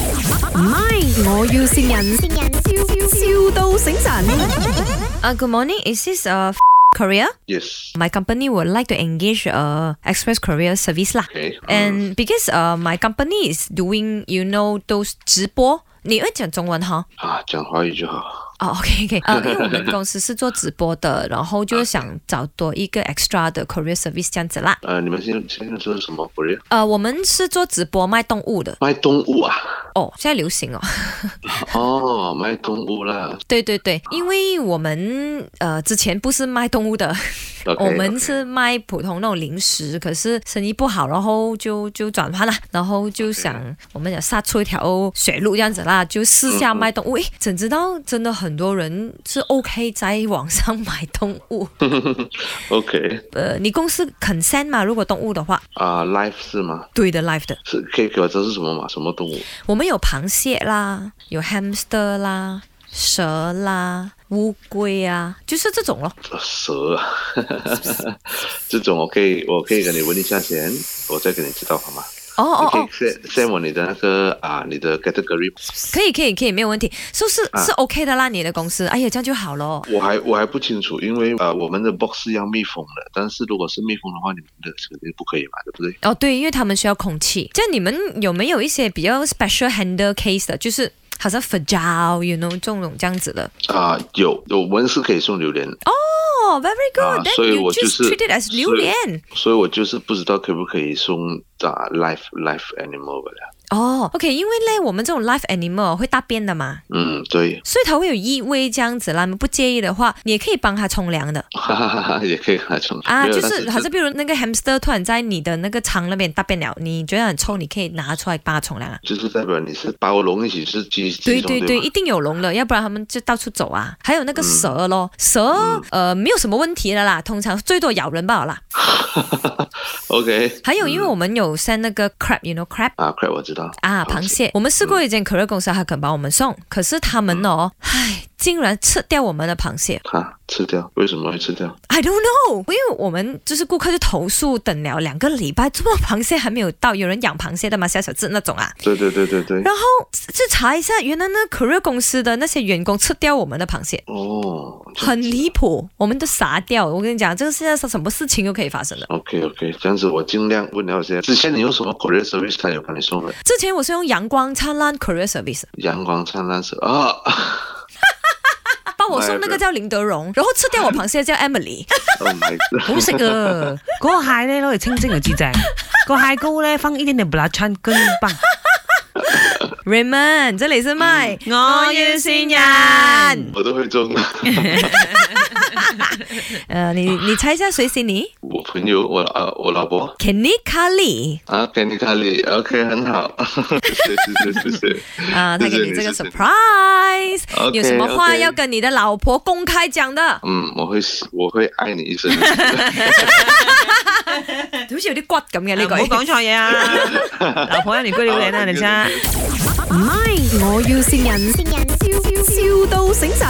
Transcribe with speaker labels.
Speaker 1: 唔係，我要善人，笑笑到醒神。
Speaker 2: Uh, good morning. Is this uh, Korea?
Speaker 3: Yes.
Speaker 2: My company would like to engage uh, express courier service lah.
Speaker 3: Okay. uh,
Speaker 2: And because uh, my company is doing, you know, those 直播，你会讲中文哈？
Speaker 3: 啊，讲华语就好。
Speaker 2: 哦、o k OK，呃，因为我们公司是做直播的，然后就想找多一个 extra 的 courier service 这样子啦。
Speaker 3: 呃，你们现现在做什么活跃？
Speaker 2: 呃，我们是做直播卖动物的，
Speaker 3: 卖动 物啊？
Speaker 2: 哦，现在流行哦。
Speaker 3: 哦，卖动物啦。
Speaker 2: 对对对，因为我们呃之前不是卖动物的，
Speaker 3: OK，
Speaker 2: 我们是卖普通那种零食，可是生意不好，然后就就转换了，然后就想我们也杀出一条血路这样子啦，就试下卖动物。
Speaker 3: 嗯
Speaker 2: 诶，怎知道真的很多人是 OK 在网上买动物。
Speaker 3: OK
Speaker 2: 呃，你公司 consent 嘛？如果动物的话，
Speaker 3: 啊、l i f e 是吗？
Speaker 2: 对的，live 的，
Speaker 3: 是可以给我这是什么嘛？什么动物？
Speaker 2: 我们有螃蟹啦，有 hamster 啦，蛇啦。乌龟啊，就是这种咯。
Speaker 3: 蛇啊，这种我可以，我可以跟你问一下先，我再给你知道好吗？
Speaker 2: 哦哦
Speaker 3: 你可
Speaker 2: 哦
Speaker 3: 以，send send 我你的那个啊，你的 category，
Speaker 2: 可以可以可以，没有问题，是是
Speaker 3: 啊
Speaker 2: 是 OK 的啦，你的公司。哎呀，这样就好咯。
Speaker 3: 我还我还不清楚，因为呃，我们的 box 是要密封的，但是如果是密封的话，你们的肯定不可以嘛，对不对？
Speaker 2: 哦，对，因为他们需要空气。这样你们有没有一些比较 special handle case 的，就是好像 fragile，you know，这种这样子的？
Speaker 3: 啊、有，我们是可以送榴莲，
Speaker 2: 哦、v e r y
Speaker 3: 啊
Speaker 2: good，then、
Speaker 3: 所以
Speaker 2: you
Speaker 3: 我就
Speaker 2: just
Speaker 3: 是
Speaker 2: treat it as 榴
Speaker 3: 所以
Speaker 2: 莲。
Speaker 3: 所以我就是不知道可不可以送啊 life life animal 的。
Speaker 2: 哦、o k 因为呢，我们这种 live animal 会大便的嘛，
Speaker 3: 嗯，对，
Speaker 2: 所以它会有异味这样子啦。你们不介意的话，你也可以帮它冲凉的
Speaker 3: 哈哈哈哈，也可以跟他冲
Speaker 2: 啊。
Speaker 3: 没有
Speaker 2: 就
Speaker 3: 但
Speaker 2: 是好像比如那个 hamster 突然在你的那个肠那边大便了，你觉得很臭，你可以拿出来帮它冲凉啊。
Speaker 3: 就是代表你是包容一起是集
Speaker 2: 对
Speaker 3: 集中
Speaker 2: 对对，
Speaker 3: 吧
Speaker 2: 一定有龙的，要不然他们就到处走啊。还有那个蛇咯，蛇、呃没有什么问题的啦，通常最多咬人罢了啦。
Speaker 3: OK
Speaker 2: 还有，因为我们有 send 那个 crab，you know crab。
Speaker 3: 啊，快我知道
Speaker 2: 啊，螃
Speaker 3: 螃
Speaker 2: 蟹！我们试过一间可乐公司，他肯帮我们送，可是他们哦，唉，竟然吃掉我们的螃蟹
Speaker 3: 啊，吃掉，为什么会吃掉？
Speaker 2: ！I don't know，因为我们就是顾客就投诉，等了两个礼拜，怎么螃蟹还没有到？有人养螃蟹的吗？小小只那种啊？
Speaker 3: 对对对对对，
Speaker 2: 然后就查一下，原来那可乐公司的那些员工吃掉我们的螃蟹。
Speaker 3: 哦，
Speaker 2: 很离谱，我们都傻掉。我跟你讲，这个世界上什么事情都可以发生的。
Speaker 3: OK OK，这样子我尽量问了解。之前你用什么 Korea service 他有帮你送的？
Speaker 2: 之前我是用阳光灿烂 Career Service
Speaker 3: 阳光灿烂是啊
Speaker 2: 帮我送那
Speaker 3: 哎
Speaker 2: 个叫林德荣，然后吃掉我螃蟹叫 Emily。
Speaker 3: ，Oh my god，
Speaker 4: 好食啊！嗰個蟹咧攞嚟清蒸就至 正，個蟹膏咧放一點點 b l a c h a n 跟棒。
Speaker 2: Raymond，这里是麦，
Speaker 4: 嗯我要善 人。
Speaker 3: 我都会中。
Speaker 2: 呃，你你猜一下谁是你
Speaker 3: 我朋友，我啊，我老婆
Speaker 2: ？Kenny Kelly
Speaker 3: 啊，给你看你 OK，很好， 谢谢谢谢谢谢。
Speaker 2: 啊，他给
Speaker 3: 谢谢
Speaker 2: 你这个
Speaker 3: 谢谢
Speaker 2: surprise，
Speaker 3: OK，
Speaker 2: 有什么话
Speaker 3: OK
Speaker 2: 要跟你的老婆公开讲的？
Speaker 3: 嗯，我会我会爱你一生。
Speaker 2: 好似有啲骨咁嘅呢
Speaker 4: 唔好
Speaker 2: 句。
Speaker 4: 講錯嘢啊！ 老婆有年居料靚啊，你真。
Speaker 1: 唔係，我要善人，笑笑到醒神。